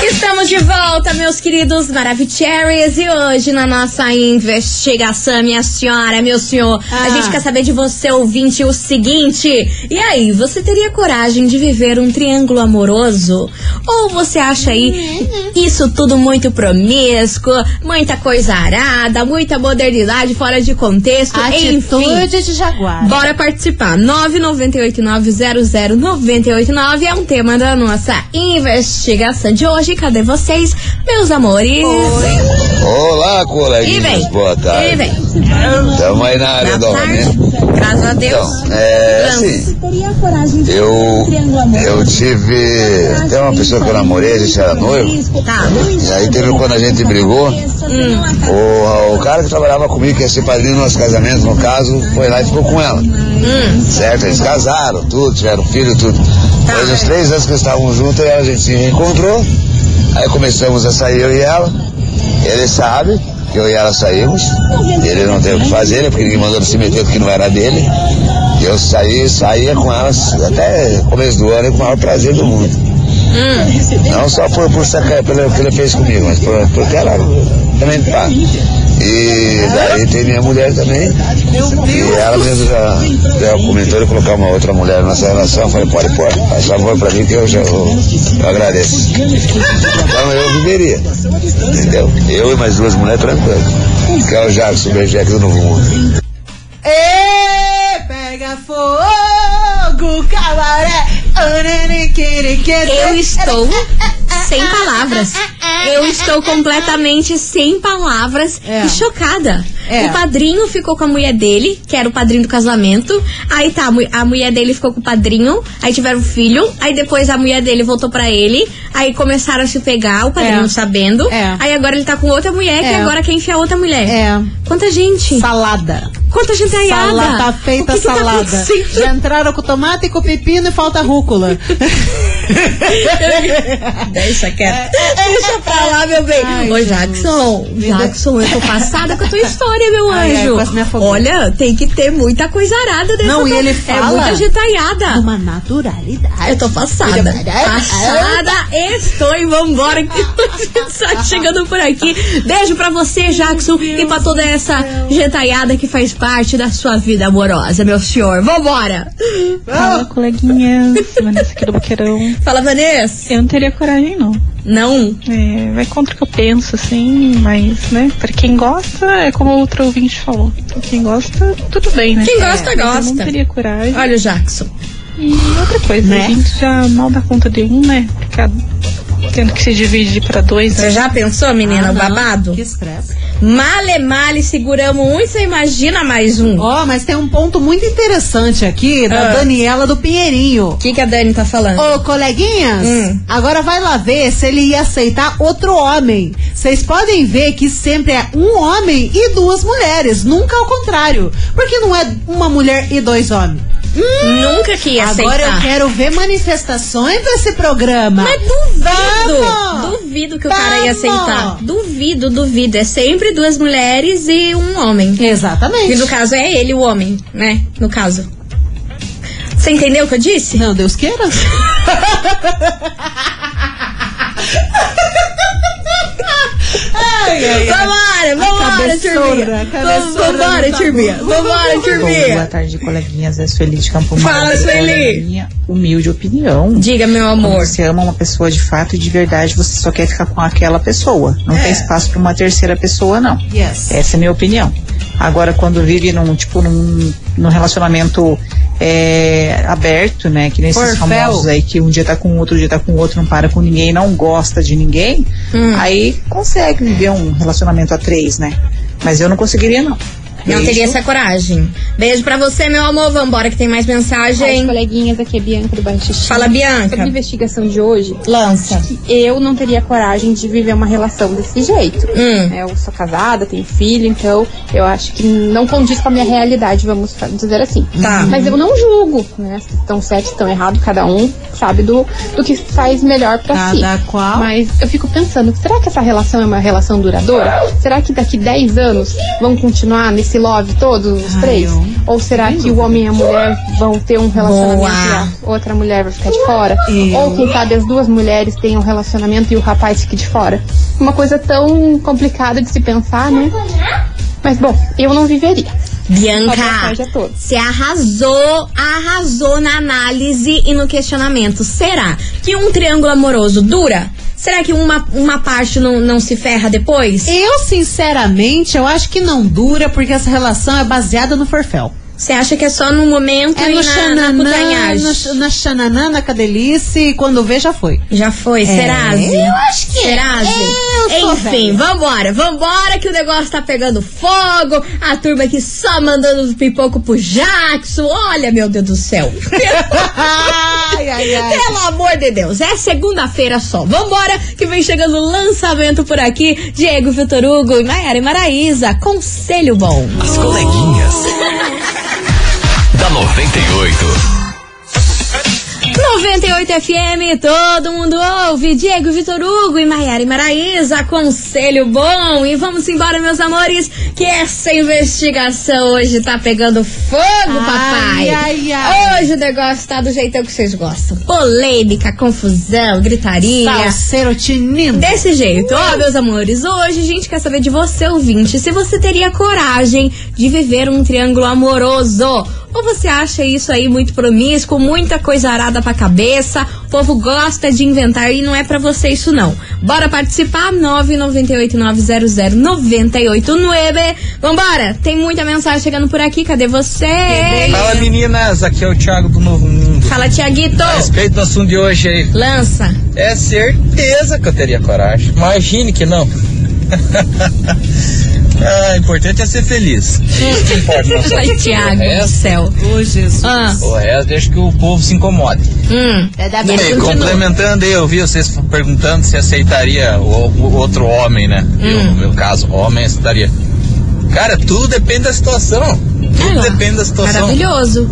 [SPEAKER 1] Estamos de volta, meus queridos Maravicheries, e hoje na nossa investigação, minha senhora, meu senhor, a
[SPEAKER 4] Ah.
[SPEAKER 1] gente quer saber de você, ouvinte, o seguinte: e aí, você teria coragem de viver um triângulo amoroso? Ou você acha aí
[SPEAKER 4] Uhum.
[SPEAKER 1] isso tudo muito promíscuo, muita coisa arada, muita modernidade fora de contexto? Enfim,
[SPEAKER 4] Atitude de jaguar.
[SPEAKER 1] Bora participar. 998900989 é um tema da nossa investigação de hoje. Cadê vocês, meus amores?
[SPEAKER 9] Olá,
[SPEAKER 1] E
[SPEAKER 9] coleguinhas.
[SPEAKER 1] vem.
[SPEAKER 9] Boa
[SPEAKER 1] E
[SPEAKER 9] tarde.
[SPEAKER 1] vem.
[SPEAKER 9] Tamo aí na área
[SPEAKER 1] Boa
[SPEAKER 9] nova, né?
[SPEAKER 1] tarde. Graças a Deus.
[SPEAKER 9] Então, é
[SPEAKER 1] Lança.
[SPEAKER 9] assim. Eu,
[SPEAKER 1] um
[SPEAKER 9] eu tive. Tem uma pessoa que eu namorei, a gente era noivo.
[SPEAKER 1] Tá.
[SPEAKER 9] E aí teve quando a gente brigou. Hum. O, o cara que trabalhava comigo, que ia ser padrinho do nosso casamento, no caso, foi lá e ficou com ela. Certo? Eles casaram, tudo, tiveram filho, tudo. Depois dos três anos que eles estavam juntos, aí a gente se reencontrou. Aí começamos a sair, eu e ela. Ele sabe que eu e ela saímos. Ele não teve o que fazer, né? Porque ninguém mandou ele se meter porque não era dele. E eu saí, saía com ela até começo do ano, com o maior prazer do mundo.
[SPEAKER 1] Hum.
[SPEAKER 9] Não só por, por sacar, pelo que ele fez comigo, mas por, porque ela também tá. E daí tem minha mulher também. E ela mesmo já, já comentou de colocar uma outra mulher nessa relação. Eu Falei, pode, pode. Faz favor pra mim que eu já eu, eu agradeço. Então eu viveria. Entendeu? Eu e mais duas mulheres tranquilo. Que é o Jackson, o Bergeck do Novo Mundo.
[SPEAKER 4] Ê, pega fogo, cabaré.
[SPEAKER 1] Eu estou
[SPEAKER 4] <laughs>
[SPEAKER 1] sem palavras. Eu estou completamente sem palavras
[SPEAKER 4] É.
[SPEAKER 1] e chocada.
[SPEAKER 4] É.
[SPEAKER 1] O padrinho ficou com a mulher dele, que era o padrinho do casamento. Aí tá, a mu- a mulher dele ficou com o padrinho. Aí tiveram filho. Aí depois a mulher dele voltou pra ele. Aí começaram a se pegar, o padrinho
[SPEAKER 4] É.
[SPEAKER 1] sabendo.
[SPEAKER 4] É.
[SPEAKER 1] Aí agora ele tá com outra mulher, que
[SPEAKER 4] É.
[SPEAKER 1] agora quer enfiar outra mulher.
[SPEAKER 4] É.
[SPEAKER 1] Quanta gente!
[SPEAKER 4] Salada.
[SPEAKER 1] Quanta gente
[SPEAKER 4] Salada feita
[SPEAKER 1] o que que tá
[SPEAKER 4] salada.
[SPEAKER 1] acontecendo?
[SPEAKER 4] Já entraram com tomate, com pepino e falta rúcula.
[SPEAKER 1] <laughs>
[SPEAKER 4] <laughs>
[SPEAKER 1] Deixa
[SPEAKER 4] <laughs>
[SPEAKER 1] quieto. Deixa pra lá, meu bem.
[SPEAKER 4] Ai,
[SPEAKER 1] Ô,
[SPEAKER 4] Jesus.
[SPEAKER 1] Jackson, Jackson, eu tô passada com a tua história, meu
[SPEAKER 4] Ai, ai,
[SPEAKER 1] anjo.
[SPEAKER 4] quase me afogou.
[SPEAKER 1] Olha, tem que ter muita coisa arada dessa
[SPEAKER 4] Não, e
[SPEAKER 1] tua-
[SPEAKER 4] ele
[SPEAKER 1] É
[SPEAKER 4] fala-
[SPEAKER 1] muita
[SPEAKER 4] De
[SPEAKER 1] gitaiada.
[SPEAKER 4] uma naturalidade.
[SPEAKER 1] Eu tô passada. Passada, estou e vambora.
[SPEAKER 4] <laughs>
[SPEAKER 1] que tá chegando por aqui. Beijo pra você, Jackson, e pra toda essa gentaiada que faz parte da sua vida amorosa, meu senhor. Vambora!
[SPEAKER 10] Fala, coleguinhas. Vanessa aqui do Boqueirão.
[SPEAKER 1] Fala, Vanessa.
[SPEAKER 10] Eu não teria coragem, não.
[SPEAKER 1] Não.
[SPEAKER 10] É, vai contra o que eu penso, assim, mas, né, pra quem gosta, é como o outro ouvinte falou. Pra quem gosta, tudo bem, né?
[SPEAKER 1] Quem gosta,
[SPEAKER 10] É, mas Eu
[SPEAKER 1] gosta.
[SPEAKER 10] não teria coragem.
[SPEAKER 1] Olha o Jackson.
[SPEAKER 10] E outra coisa,
[SPEAKER 4] Né?
[SPEAKER 10] a gente já mal dá conta de um, né? Ficar tendo que se dividir pra dois, né?
[SPEAKER 1] Você já pensou,
[SPEAKER 10] Ah,
[SPEAKER 1] menina, o babado?
[SPEAKER 4] Que estresse.
[SPEAKER 1] Male, male, seguramos um e você imagina mais um. O
[SPEAKER 4] Ó, mas tem um ponto muito interessante aqui da
[SPEAKER 1] Ah.
[SPEAKER 4] Daniela do Pinheirinho.
[SPEAKER 1] que, que a Dani tá falando?
[SPEAKER 4] Ô, coleguinhas,
[SPEAKER 1] Hum.
[SPEAKER 4] agora vai lá ver se ele ia aceitar outro homem. Vocês podem ver que sempre é um homem e duas mulheres, nunca ao contrário. Porque não é uma mulher e dois homens. Hum,
[SPEAKER 1] Nunca que ia
[SPEAKER 4] Agora eu
[SPEAKER 1] aceitar.
[SPEAKER 4] quero ver manifestações desse programa.
[SPEAKER 1] Mas duvido,
[SPEAKER 4] Vamos!
[SPEAKER 1] duvido que o cara ia
[SPEAKER 4] Vamos!
[SPEAKER 1] aceitar. Duvido, duvido. É sempre duas mulheres e um homem. E
[SPEAKER 4] Exatamente.
[SPEAKER 1] no caso é ele o homem, né? No caso. Você entendeu o que eu disse?
[SPEAKER 4] Não, Deus queira. ai, ai,
[SPEAKER 1] Vambora,
[SPEAKER 4] ai.
[SPEAKER 1] vambora,
[SPEAKER 4] Cabeçora,
[SPEAKER 1] turminha.
[SPEAKER 4] cabeçora
[SPEAKER 1] Vambora,
[SPEAKER 4] não tá
[SPEAKER 1] turminha.
[SPEAKER 4] bom.
[SPEAKER 1] Vambora,
[SPEAKER 11] Boa
[SPEAKER 1] turminha.
[SPEAKER 11] tarde, coleguinhas. É Sueli de Campo Maior.
[SPEAKER 1] Fala,
[SPEAKER 11] Olha,
[SPEAKER 1] Sueli.
[SPEAKER 11] na Minha humilde opinião.
[SPEAKER 1] Diga, meu amor.
[SPEAKER 11] Quando você ama uma pessoa de fato e de verdade, você só quer ficar com aquela pessoa. Não
[SPEAKER 1] É.
[SPEAKER 11] tem espaço pra uma terceira pessoa, não.
[SPEAKER 4] Yes.
[SPEAKER 11] Essa é a minha opinião. Agora, quando vive num, tipo, num, num relacionamento é, aberto, né? Que nem esses
[SPEAKER 4] Porfel.
[SPEAKER 11] famosos aí, que um dia tá com outro, um dia tá com outro, não para com ninguém, não gosta de ninguém,
[SPEAKER 1] Hum.
[SPEAKER 11] aí consegue viver um relacionamento a três, né? Mas eu não conseguiria, não.
[SPEAKER 1] Não
[SPEAKER 11] Beijo.
[SPEAKER 1] teria essa coragem. Beijo pra você, meu amor. Vambora que tem mais
[SPEAKER 7] As
[SPEAKER 1] mensagem.
[SPEAKER 7] coleguinhas, aqui é Bianca do Bairro Xixi.
[SPEAKER 1] Fala,
[SPEAKER 7] Sobre a
[SPEAKER 1] Bianca.
[SPEAKER 7] investigação de hoje,
[SPEAKER 1] Lança.
[SPEAKER 7] que eu não teria coragem de viver uma relação desse jeito. É,
[SPEAKER 1] Hum.
[SPEAKER 7] Eu sou casada, tenho filho, então eu acho que não condiz com a minha realidade, vamos fa- dizer assim.
[SPEAKER 1] Tá.
[SPEAKER 7] Mas eu não julgo, né? Se estão certo, se estão errado, cada um sabe do, do que faz melhor pra si.
[SPEAKER 4] Cada qual.
[SPEAKER 7] Mas eu fico pensando, será que essa relação é uma relação duradoura? Será que daqui 10 anos vão continuar nesse
[SPEAKER 12] esse love todo, os
[SPEAKER 1] Ah,
[SPEAKER 12] três? Ou será que o homem e a mulher vão ter um relacionamento
[SPEAKER 1] Boa.
[SPEAKER 12] e a outra mulher vai ficar de fora? Ou quem sabe as duas mulheres tenham um relacionamento e o rapaz fique de fora? Uma coisa tão complicada de se pensar, né? Mas bom, eu não viveria.
[SPEAKER 1] Bianca, você arrasou, arrasou na análise e no questionamento. Será que um triângulo amoroso dura? Será que uma, uma parte não, não se ferra depois?
[SPEAKER 4] Eu, sinceramente, eu acho que não dura porque essa relação é baseada no forfel.
[SPEAKER 1] Você acha que é só no momento
[SPEAKER 4] é
[SPEAKER 1] e
[SPEAKER 4] no
[SPEAKER 1] na- na
[SPEAKER 4] xananã,
[SPEAKER 1] putanhagem?
[SPEAKER 4] no x- na xananã, na cadelice, e quando vê já foi.
[SPEAKER 1] Já foi, Serase?
[SPEAKER 4] É. Eu acho que é.
[SPEAKER 1] Serase?
[SPEAKER 4] Eu sou
[SPEAKER 1] Enfim,
[SPEAKER 4] velha.
[SPEAKER 1] vambora, vambora que o negócio tá pegando fogo. A turma aqui só mandando pipoco pro Jackson. Olha, meu Deus do céu.
[SPEAKER 4] <laughs>
[SPEAKER 1] <laughs>
[SPEAKER 4] ai, ai, ai.
[SPEAKER 1] Pelo amor de Deus, é segunda-feira só. Vambora que vem chegando o lançamento por aqui. Diego Vitor Hugo e Maiara e Maraísa. Conselho bom.
[SPEAKER 3] As coleguinhas. da 98.
[SPEAKER 1] 98 FM, todo mundo ouve. Diego Vitor Hugo e Maiara e Maraísa, conselho bom. E vamos embora, meus amores, que essa investigação hoje tá pegando fogo, papai.
[SPEAKER 4] ai, ai.
[SPEAKER 1] Hoje o negócio tá do jeitão que vocês gostam. Polêmica, confusão, gritaria.
[SPEAKER 4] Salseiro tinindo.
[SPEAKER 1] Desse jeito, ó, meus amores, hoje a gente quer saber de você, ouvinte, se você teria coragem de viver um triângulo amoroso. Ou você acha isso aí muito promíscuo, muita coisa arada pra cabeça, o povo gosta de inventar e não é pra você isso não. Bora participar? 998-900-989. Vambora! Tem muita mensagem chegando por aqui, cadê você?
[SPEAKER 13] Fala meninas, aqui é o Thiago do Novo Mundo.
[SPEAKER 1] Fala, Tiaguito!
[SPEAKER 13] A respeito do assunto de hoje aí.
[SPEAKER 1] Lança!
[SPEAKER 13] É certeza que eu teria coragem. Imagine que não. <laughs> ah, o importante é ser feliz. É Isso que importa. na sua
[SPEAKER 1] Ai,
[SPEAKER 13] vida. é
[SPEAKER 1] Tiago
[SPEAKER 13] O
[SPEAKER 1] do
[SPEAKER 13] resto,
[SPEAKER 1] céu.
[SPEAKER 4] Ô, Jesus.
[SPEAKER 1] Ah.
[SPEAKER 13] o resto deixa que o povo se incomode.
[SPEAKER 1] Hum.
[SPEAKER 4] É,
[SPEAKER 13] E aí, complementando aí, eu vi vocês perguntando se aceitaria o, o outro homem, né? Eu, no meu caso, homem aceitaria. Cara, tudo depende da situação. Tudo depende da situação.
[SPEAKER 1] Maravilhoso.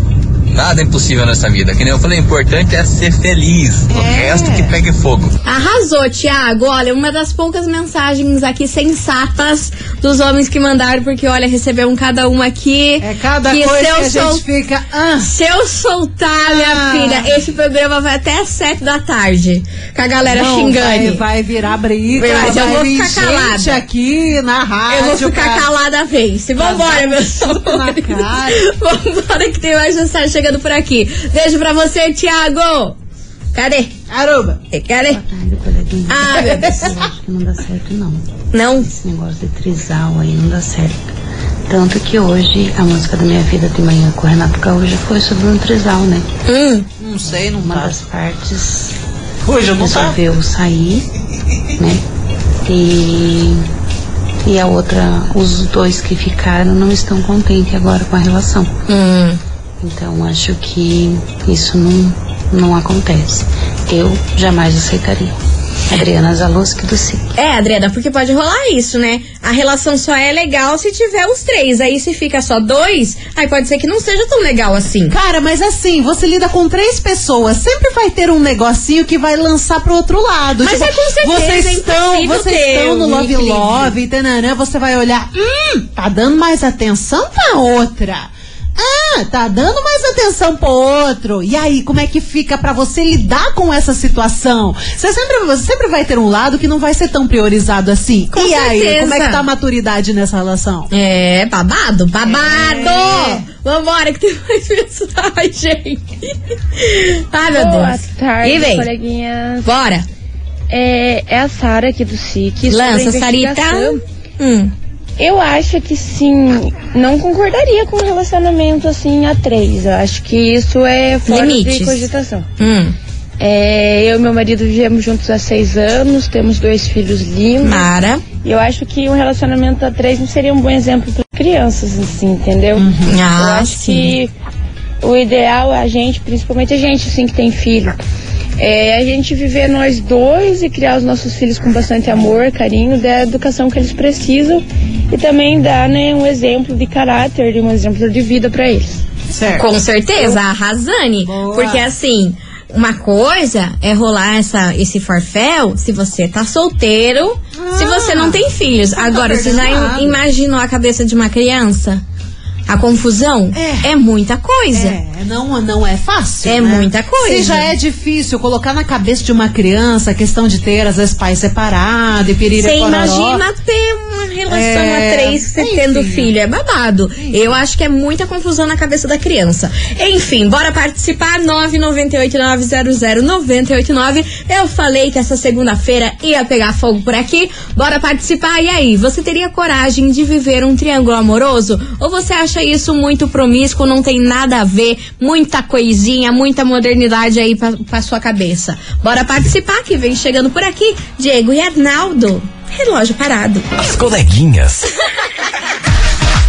[SPEAKER 13] Nada é impossível nessa vida. Que nem eu falei, o importante é ser feliz. O resto que pegue fogo.
[SPEAKER 1] Arrasou, Thiago. Olha, uma das poucas mensagens aqui sensatas dos homens que mandaram, porque olha, recebeu um cada um aqui.
[SPEAKER 4] É cada
[SPEAKER 1] que
[SPEAKER 4] coisa
[SPEAKER 1] se eu
[SPEAKER 4] que a
[SPEAKER 1] sol-
[SPEAKER 4] gente fica. Ah,
[SPEAKER 1] Se eu soltar,
[SPEAKER 4] Ah.
[SPEAKER 1] minha filha, esse programa vai até as sete da tarde. Com a galera
[SPEAKER 4] não, Vai,
[SPEAKER 1] xingando.
[SPEAKER 4] vai virar briga.
[SPEAKER 1] Mas eu
[SPEAKER 4] vai
[SPEAKER 1] vou
[SPEAKER 4] vir
[SPEAKER 1] ficar
[SPEAKER 4] gente
[SPEAKER 1] calada.
[SPEAKER 4] aqui na rádio.
[SPEAKER 1] Eu vou ficar
[SPEAKER 4] pra-
[SPEAKER 1] calada a vez. Vambora, meus amores.
[SPEAKER 4] cara.
[SPEAKER 1] <laughs> Vambora que tem mais mensagem chegando por aqui. Beijo pra você, Thiago. Cadê? É,
[SPEAKER 4] Aruba.
[SPEAKER 1] Cadê? Ah, meu Deus.
[SPEAKER 14] Acho que não dá certo, não.
[SPEAKER 1] Não?
[SPEAKER 14] Esse negócio de trisal aí não dá certo. Tanto que hoje a música da minha vida de manhã com o Renato Gaúcho foi sobre um trisal, né?
[SPEAKER 4] Não sei, não
[SPEAKER 14] Uma
[SPEAKER 4] tá.
[SPEAKER 14] das partes
[SPEAKER 13] Hoje eu não tá.
[SPEAKER 14] resolveu sair, né? E, e a outra, os dois que ficaram não estão contentes agora com a relação. Então acho que isso não, não acontece. Eu jamais aceitaria. Adriana Zaluski do SIC.
[SPEAKER 1] É, Adriana, porque pode rolar isso, né? A relação só é legal se tiver os três. Aí se fica só dois, aí pode ser que não seja tão legal <laughs> assim.
[SPEAKER 4] Cara, mas assim, você lida com três pessoas, sempre vai ter um negocinho que vai lançar pro outro lado. Tipo,
[SPEAKER 1] Mas é com certeza,
[SPEAKER 4] vocês
[SPEAKER 1] é
[SPEAKER 4] estão,
[SPEAKER 1] impossível
[SPEAKER 4] vocês
[SPEAKER 1] ter
[SPEAKER 4] estão no
[SPEAKER 1] um
[SPEAKER 4] Love
[SPEAKER 1] equilíbrio.
[SPEAKER 4] Love, tananã, você vai olhar, hum, tá dando mais atenção pra outra. Ah, tá dando mais atenção pro outro. E aí, como é que fica pra você lidar com essa situação? Você sempre, você sempre vai ter um lado que não vai ser tão priorizado assim.
[SPEAKER 1] Com
[SPEAKER 4] e aí,
[SPEAKER 1] certeza.
[SPEAKER 4] como é que tá a maturidade nessa relação?
[SPEAKER 1] É, babado, babado!
[SPEAKER 4] É.
[SPEAKER 1] Vambora, que tem mais mensagem. Ai, Ah, meu
[SPEAKER 6] Boa
[SPEAKER 1] Deus.
[SPEAKER 6] tarde,
[SPEAKER 1] e vem.
[SPEAKER 6] coleguinhas.
[SPEAKER 1] Bora.
[SPEAKER 6] É, é a Sara aqui do SIC.
[SPEAKER 1] Lança,
[SPEAKER 6] sobre a
[SPEAKER 1] Sarita.
[SPEAKER 6] investigação.
[SPEAKER 1] Hum.
[SPEAKER 6] Eu acho que sim, não concordaria com um relacionamento assim a três. Eu acho que isso é fora de
[SPEAKER 1] Limites.
[SPEAKER 6] cogitação.
[SPEAKER 1] Hum.
[SPEAKER 6] É, eu e meu marido vivemos juntos há seis anos, temos dois filhos lindos.
[SPEAKER 1] Mara.
[SPEAKER 6] E eu acho que um relacionamento a três não seria um bom exemplo para crianças, assim, entendeu? eu
[SPEAKER 1] Ah,
[SPEAKER 6] acho
[SPEAKER 1] sim.
[SPEAKER 6] que o ideal é a gente, principalmente a gente, assim, que tem filho, é a gente viver nós dois e criar os nossos filhos com bastante amor, carinho, da educação que eles precisam e também dar, né, um exemplo de caráter, de um exemplo de vida para eles.
[SPEAKER 4] Certo.
[SPEAKER 1] Com certeza, a Razane. Porque assim, Uma coisa é rolar essa, esse forféu se você tá solteiro, se
[SPEAKER 4] Ah.
[SPEAKER 1] você não tem filhos. Agora, você já im-
[SPEAKER 15] nada.
[SPEAKER 1] imaginou a cabeça de uma criança? A confusão é, muita coisa.
[SPEAKER 4] É, não, não é fácil.
[SPEAKER 1] É
[SPEAKER 4] né?
[SPEAKER 1] muita coisa.
[SPEAKER 4] Se já é difícil colocar na cabeça de uma criança a questão de ter, às vezes, pais separados e piriri
[SPEAKER 1] Você imagina ter uma relação a
[SPEAKER 4] É,
[SPEAKER 1] três você tendo filho. É babado. Eu acho que é muita confusão na cabeça da criança. Enfim, bora participar. 998900989. Eu falei que essa segunda-feira ia pegar fogo por aqui. Bora participar. E aí, você teria coragem de viver um triângulo amoroso? Ou você acha isso muito promíscuo, não tem nada a ver, muita coisinha, muita modernidade aí pra, pra sua cabeça? Bora participar que vem chegando por aqui. Diego e Arnaldo. Relógio parado.
[SPEAKER 3] As coleguinhas.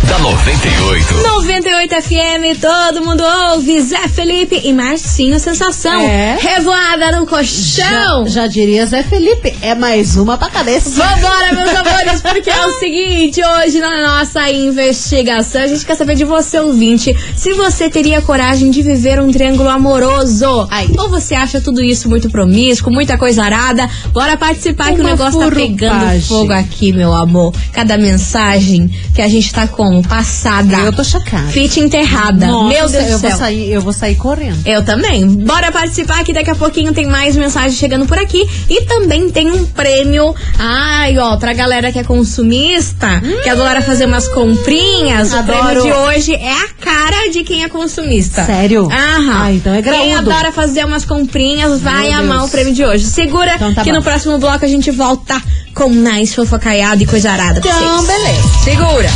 [SPEAKER 3] da 98.
[SPEAKER 1] 98 FM, todo mundo ouve. Zé Felipe e Marcinho Sensação.
[SPEAKER 4] É.
[SPEAKER 1] Revoada no colchão.
[SPEAKER 4] Já, já diria Zé Felipe, é mais uma pra cabeça.
[SPEAKER 1] Vambora, meus amores, porque
[SPEAKER 4] <laughs>
[SPEAKER 1] é o seguinte, hoje na nossa investigação, a gente quer saber de você, ouvinte, se você teria coragem de viver um triângulo amoroso. Ou você acha tudo isso muito promíscuo, muita coisa arada? Bora participar que o
[SPEAKER 4] Uma
[SPEAKER 1] negócio
[SPEAKER 4] furupagem.
[SPEAKER 1] tá pegando fogo aqui, meu amor. Cada mensagem que a gente tá como? Passada. Eu
[SPEAKER 4] tô chocada.
[SPEAKER 1] Fit enterrada.
[SPEAKER 4] Nossa,
[SPEAKER 1] meu Deus
[SPEAKER 4] eu
[SPEAKER 1] do céu.
[SPEAKER 4] vou sair, eu vou sair correndo.
[SPEAKER 1] Eu também. Bora participar que daqui a pouquinho tem mais mensagem chegando por aqui. E também tem um prêmio. Ai, ó, pra galera que é consumista, que adora fazer umas comprinhas.
[SPEAKER 4] Hum, Adoro.
[SPEAKER 1] O prêmio de hoje é a cara de quem é consumista.
[SPEAKER 4] Sério?
[SPEAKER 1] Aham.
[SPEAKER 4] Ah, então é
[SPEAKER 1] Quem
[SPEAKER 4] graúdo.
[SPEAKER 1] adora fazer umas comprinhas vai
[SPEAKER 4] Meu
[SPEAKER 1] amar
[SPEAKER 4] Deus.
[SPEAKER 1] o prêmio de hoje. Segura
[SPEAKER 4] Então tá
[SPEAKER 1] que
[SPEAKER 4] bom.
[SPEAKER 1] no próximo bloco a gente volta com mais fofocaiada e coisa arada pra
[SPEAKER 4] Então,
[SPEAKER 1] vocês.
[SPEAKER 4] beleza.
[SPEAKER 1] Segura.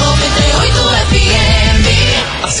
[SPEAKER 15] 98 FM.
[SPEAKER 3] As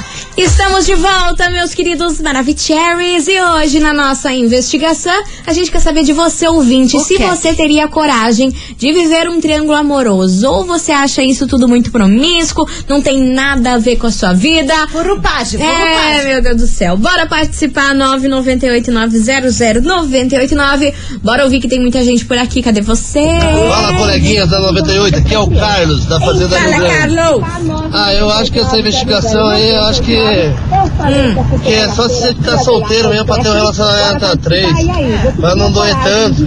[SPEAKER 1] Estamos de volta, meus queridos Maravicheries. E hoje, na nossa investigação, a gente quer saber de você, ouvinte, se você teria coragem de viver um triângulo amoroso. Ou você acha isso tudo muito promíscuo, não tem nada a ver com a sua vida.
[SPEAKER 4] Furupagem,
[SPEAKER 1] É,
[SPEAKER 4] furupagem.
[SPEAKER 1] meu Deus do céu. Bora participar, 998-900-989. Bora ouvir que tem muita gente por aqui. Cadê você?
[SPEAKER 16] Fala, coleguinhas da 98, aqui é o Carlos, da Fazenda
[SPEAKER 1] Fala,
[SPEAKER 16] Rio Grande.
[SPEAKER 1] Carlos!
[SPEAKER 16] Ah, eu acho que essa investigação aí, eu acho que, que é só se você tá solteiro mesmo pra ter um relacionamento a três, pra não doer tanto.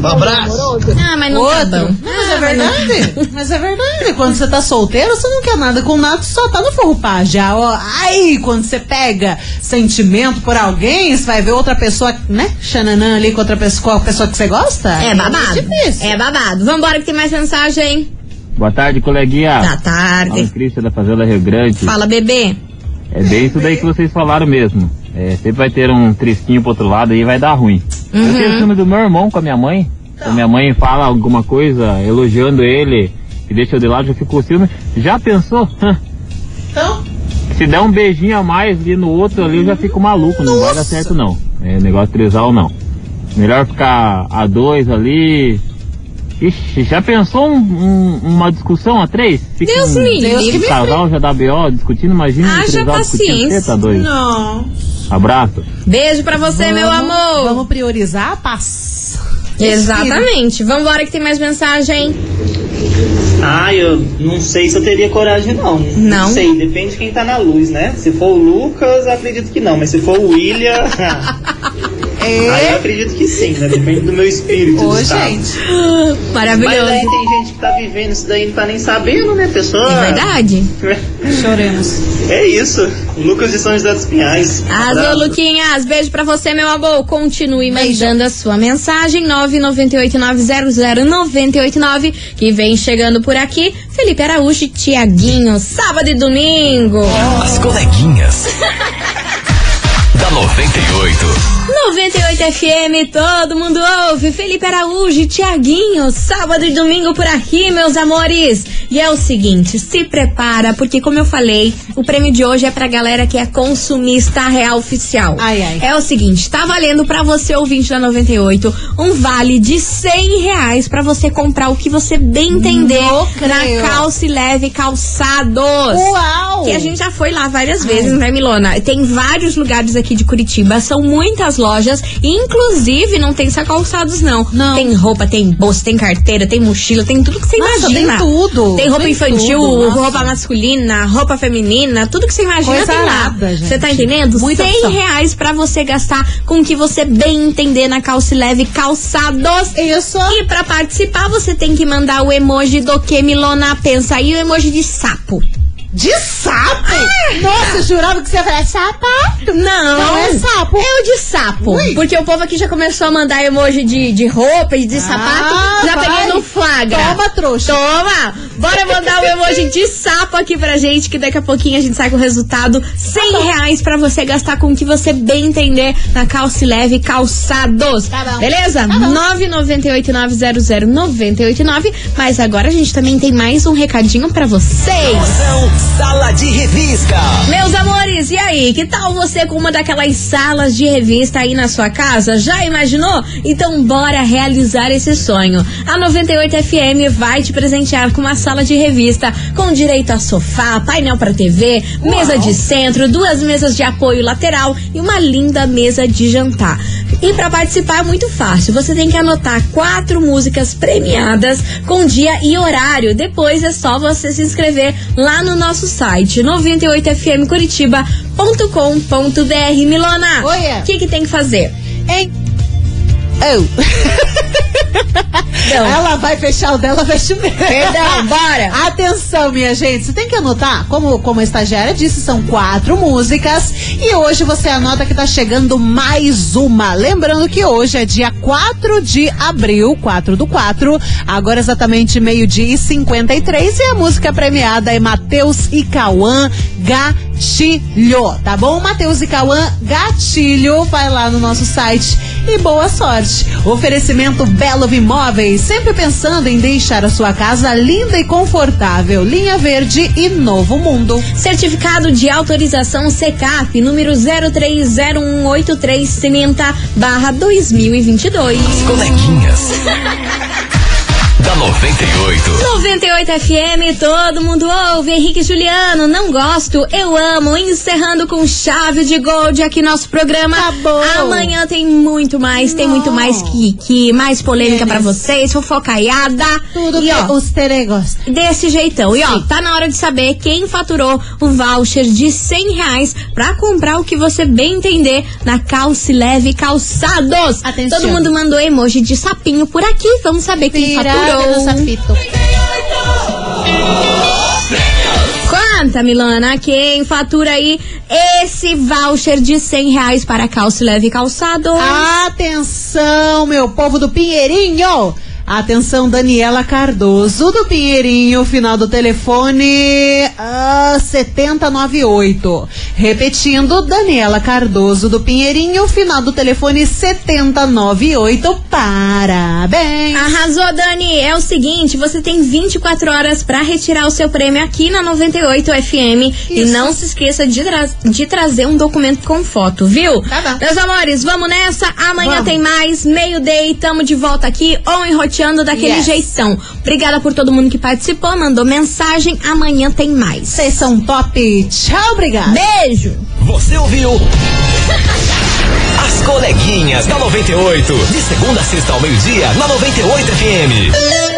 [SPEAKER 16] Um abraço.
[SPEAKER 1] Ah, mas não
[SPEAKER 4] Outro.
[SPEAKER 1] tá bom.
[SPEAKER 4] Mas é verdade. Mas é verdade. Quando você tá solteiro, você não quer nada com nada, só tá no forrupagem. Ah, ó, Aí, quando você pega sentimento por alguém, você vai ver outra pessoa, né? Xananã ali com outra pessoa, com a pessoa que você gosta.
[SPEAKER 1] É babado. É babado. Vambora que tem mais mensagem.
[SPEAKER 17] Boa tarde,
[SPEAKER 16] Ah.
[SPEAKER 17] coleguinha.
[SPEAKER 1] Boa tarde.
[SPEAKER 17] Fala, Cristian da Fazenda Rio Grande.
[SPEAKER 1] Fala, bebê.
[SPEAKER 17] É bem isso daí que vocês falaram mesmo. É, sempre vai ter um trisquinho pro outro lado e vai dar ruim. Eu
[SPEAKER 18] Uhum.
[SPEAKER 17] tenho filme do meu irmão com a minha mãe. Quando Então, minha mãe fala alguma coisa elogiando ele e deixa eu de lado, já fico com ciúme. Já pensou?
[SPEAKER 4] Então?
[SPEAKER 17] Se der um beijinho a mais ali no outro ali, eu já fico maluco. Não vai dar certo, não. É negócio trisal, não. Melhor ficar a dois ali. Ixi, já pensou um- um- uma discussão a três? Fica
[SPEAKER 1] Deus
[SPEAKER 17] um,
[SPEAKER 1] me Deus livre.
[SPEAKER 17] um casal já dá B.O. discutindo, imagina um
[SPEAKER 1] Haja
[SPEAKER 17] trisal discutindo
[SPEAKER 1] paciência.
[SPEAKER 17] treta a dois.
[SPEAKER 4] Não.
[SPEAKER 17] Abraço.
[SPEAKER 1] Beijo pra você, meu amor.
[SPEAKER 4] Vamos priorizar a paz.
[SPEAKER 1] Exatamente. Vambora que tem mais mensagem.
[SPEAKER 19] Ah, eu não sei se eu teria coragem, não. Não. sei, depende de quem tá na luz, né? Se for o Lucas, eu acredito que não, mas se for o
[SPEAKER 1] <laughs>
[SPEAKER 19] William. aí eu acredito que sim, né? Depende do meu
[SPEAKER 1] É?
[SPEAKER 19] espírito.
[SPEAKER 1] Ô,
[SPEAKER 19] de estado.
[SPEAKER 1] gente. Maravilhoso.
[SPEAKER 19] Mas aí tem gente que tá vivendo isso daí e não tá nem sabendo, né, pessoa?
[SPEAKER 1] É verdade.
[SPEAKER 19] Choremos. É isso. Lucas de São José dos Pinhais.
[SPEAKER 1] Azul,
[SPEAKER 19] Abraço.
[SPEAKER 1] Luquinhas, beijo pra você, meu amor. Continue mandando a sua mensagem, 998900989, que vem chegando por aqui. Felipe Araújo e Tiaguinho, sábado e domingo.
[SPEAKER 3] As coleguinhas. da 98.
[SPEAKER 1] 98 FM, todo mundo ouve. Felipe Araújo e Tiaguinho, sábado e domingo por aqui, meus amores. E é o seguinte, se prepara, porque como eu falei, o prêmio de hoje é pra galera que é consumista real oficial. Ai, ai. É o seguinte, tá valendo pra você, ouvinte da 98, um vale de 100 reais pra você comprar o que você bem entender
[SPEAKER 4] creio.
[SPEAKER 1] na Calce Leve Calçados.
[SPEAKER 4] Uau!
[SPEAKER 1] Que a gente já foi lá várias vezes, né, Milona? Tem vários lugares aqui de Curitiba, são muitas lojas, e inclusive não tem só calçados, não. Tem roupa, tem bolsa, tem carteira, tem mochila, tem tudo que você
[SPEAKER 4] Nossa,
[SPEAKER 1] imagina.
[SPEAKER 4] tem tudo.
[SPEAKER 1] Tem roupa
[SPEAKER 4] tem
[SPEAKER 1] infantil,
[SPEAKER 4] tudo, nossa.
[SPEAKER 1] roupa masculina, roupa feminina, tudo que você imagina
[SPEAKER 4] Coisa
[SPEAKER 1] tem
[SPEAKER 4] arada,
[SPEAKER 1] lá.
[SPEAKER 4] gente.
[SPEAKER 1] Você tá entendendo?
[SPEAKER 4] Muita
[SPEAKER 1] 100
[SPEAKER 4] opção.
[SPEAKER 1] reais pra você gastar com o que você bem entender na Calce Leve Calçados.
[SPEAKER 4] Isso.
[SPEAKER 1] E pra participar, você tem que mandar o emoji do que Milona pensa aí, o emoji de sapo.
[SPEAKER 4] De sapo? Nossa, eu jurava que você ia falar sapato.
[SPEAKER 1] Não.
[SPEAKER 4] Não é sapo.
[SPEAKER 1] É o de sapo.
[SPEAKER 4] Ui.
[SPEAKER 1] Porque o povo aqui já começou a mandar emoji de, de roupa e de sapato. Já
[SPEAKER 4] Ah, vai.
[SPEAKER 1] peguei no flagra.
[SPEAKER 4] Toma, trouxa.
[SPEAKER 1] Toma! Bora mandar o emoji de sapo aqui pra gente, que daqui a pouquinho a gente sai com o
[SPEAKER 4] Tá
[SPEAKER 1] resultado. 100 reais pra você gastar com o que você bem entender na Calce Leve Calçados.
[SPEAKER 4] Tá bom.
[SPEAKER 1] Beleza? 998-900-989. Mas agora a gente também tem mais um recadinho pra vocês.
[SPEAKER 18] Sala de revista.
[SPEAKER 1] Meus amores, e aí? Que tal você com uma daquelas salas de revista aí na sua casa? Já imaginou? Então bora realizar esse sonho. A 98 FM vai te presentear com uma sala de revista com direito a sofá, painel pra TV, mesa de centro, duas mesas de apoio lateral e uma linda mesa de jantar. E pra participar é muito fácil. Você tem que anotar quatro músicas premiadas com dia e horário. Depois é só você se inscrever lá no nosso site 98fmcuritiba.com.br. Milona, o
[SPEAKER 4] Oiê.
[SPEAKER 1] que, que tem que fazer?
[SPEAKER 4] Hein? Eu. Ela vai fechar o dela, fecha o meu. <laughs>
[SPEAKER 1] Perdão, bora.
[SPEAKER 4] Atenção, minha gente. Você tem que anotar, como, como a estagiária disse, são quatro músicas. E hoje você anota que tá chegando mais uma. Lembrando que hoje é dia 4 de abril, 4 do 4. Agora exatamente meio-dia e 53. E a música premiada é Matheus e Cauã Gatilho. Tá bom? Matheus e Cauã Gatilho. Vai lá no nosso site e boa sorte. Oferecimento Belo Imóveis, sempre pensando em deixar a sua casa linda e confortável. Linha Verde e Novo Mundo.
[SPEAKER 1] Certificado de autorização CECAP número 0301830 barra 2022.
[SPEAKER 3] Coleguinhas.
[SPEAKER 1] <laughs>
[SPEAKER 3] da 98.
[SPEAKER 1] 98 FM, todo mundo ouve. Henrique e Juliano, não gosto, eu amo. Encerrando com chave de gold aqui nosso programa. Amanhã tem muito mais, tem muito mais Kiki, mais polêmica pra vocês, fofocaiada.
[SPEAKER 4] Tudo
[SPEAKER 1] e,
[SPEAKER 4] que
[SPEAKER 1] ó,
[SPEAKER 4] os terem gosta.
[SPEAKER 1] Desse jeitão. E ó, tá na hora de saber quem faturou o voucher de 100 reais pra comprar o que você bem entender na Calce Leve Calçados.
[SPEAKER 4] Atenção.
[SPEAKER 1] Todo mundo mandou emoji de sapinho por aqui. Vamos saber quem faturou. Conta, Milana, quem fatura aí esse voucher de 100 reais para calço leve e calçado?
[SPEAKER 4] Atenção, meu povo do Pinheirinho! Atenção, Daniela Cardoso do Pinheirinho, final do telefone ah, 7098. Repetindo, Daniela Cardoso do Pinheirinho, final do telefone 7098. Parabéns!
[SPEAKER 1] Arrasou, Dani! É o seguinte, você tem 24 horas pra retirar o seu prêmio aqui na 98 FM. E
[SPEAKER 4] Isso.
[SPEAKER 1] não se esqueça de, tra- de trazer um documento com foto, viu?
[SPEAKER 4] Tá bom.
[SPEAKER 1] Meus amores, vamos nessa. Amanhã
[SPEAKER 4] Vamos.
[SPEAKER 1] tem mais. Meio-day, tamo de volta aqui, ou enroteando daquele
[SPEAKER 4] Yes.
[SPEAKER 1] jeitão. Obrigada por todo mundo que participou, mandou mensagem. Amanhã tem mais.
[SPEAKER 4] Vocês são top! Tchau, obrigada!
[SPEAKER 1] Beijo!
[SPEAKER 3] Você ouviu? As coleguinhas da 98. De segunda a sexta ao meio-dia, na 98 FM.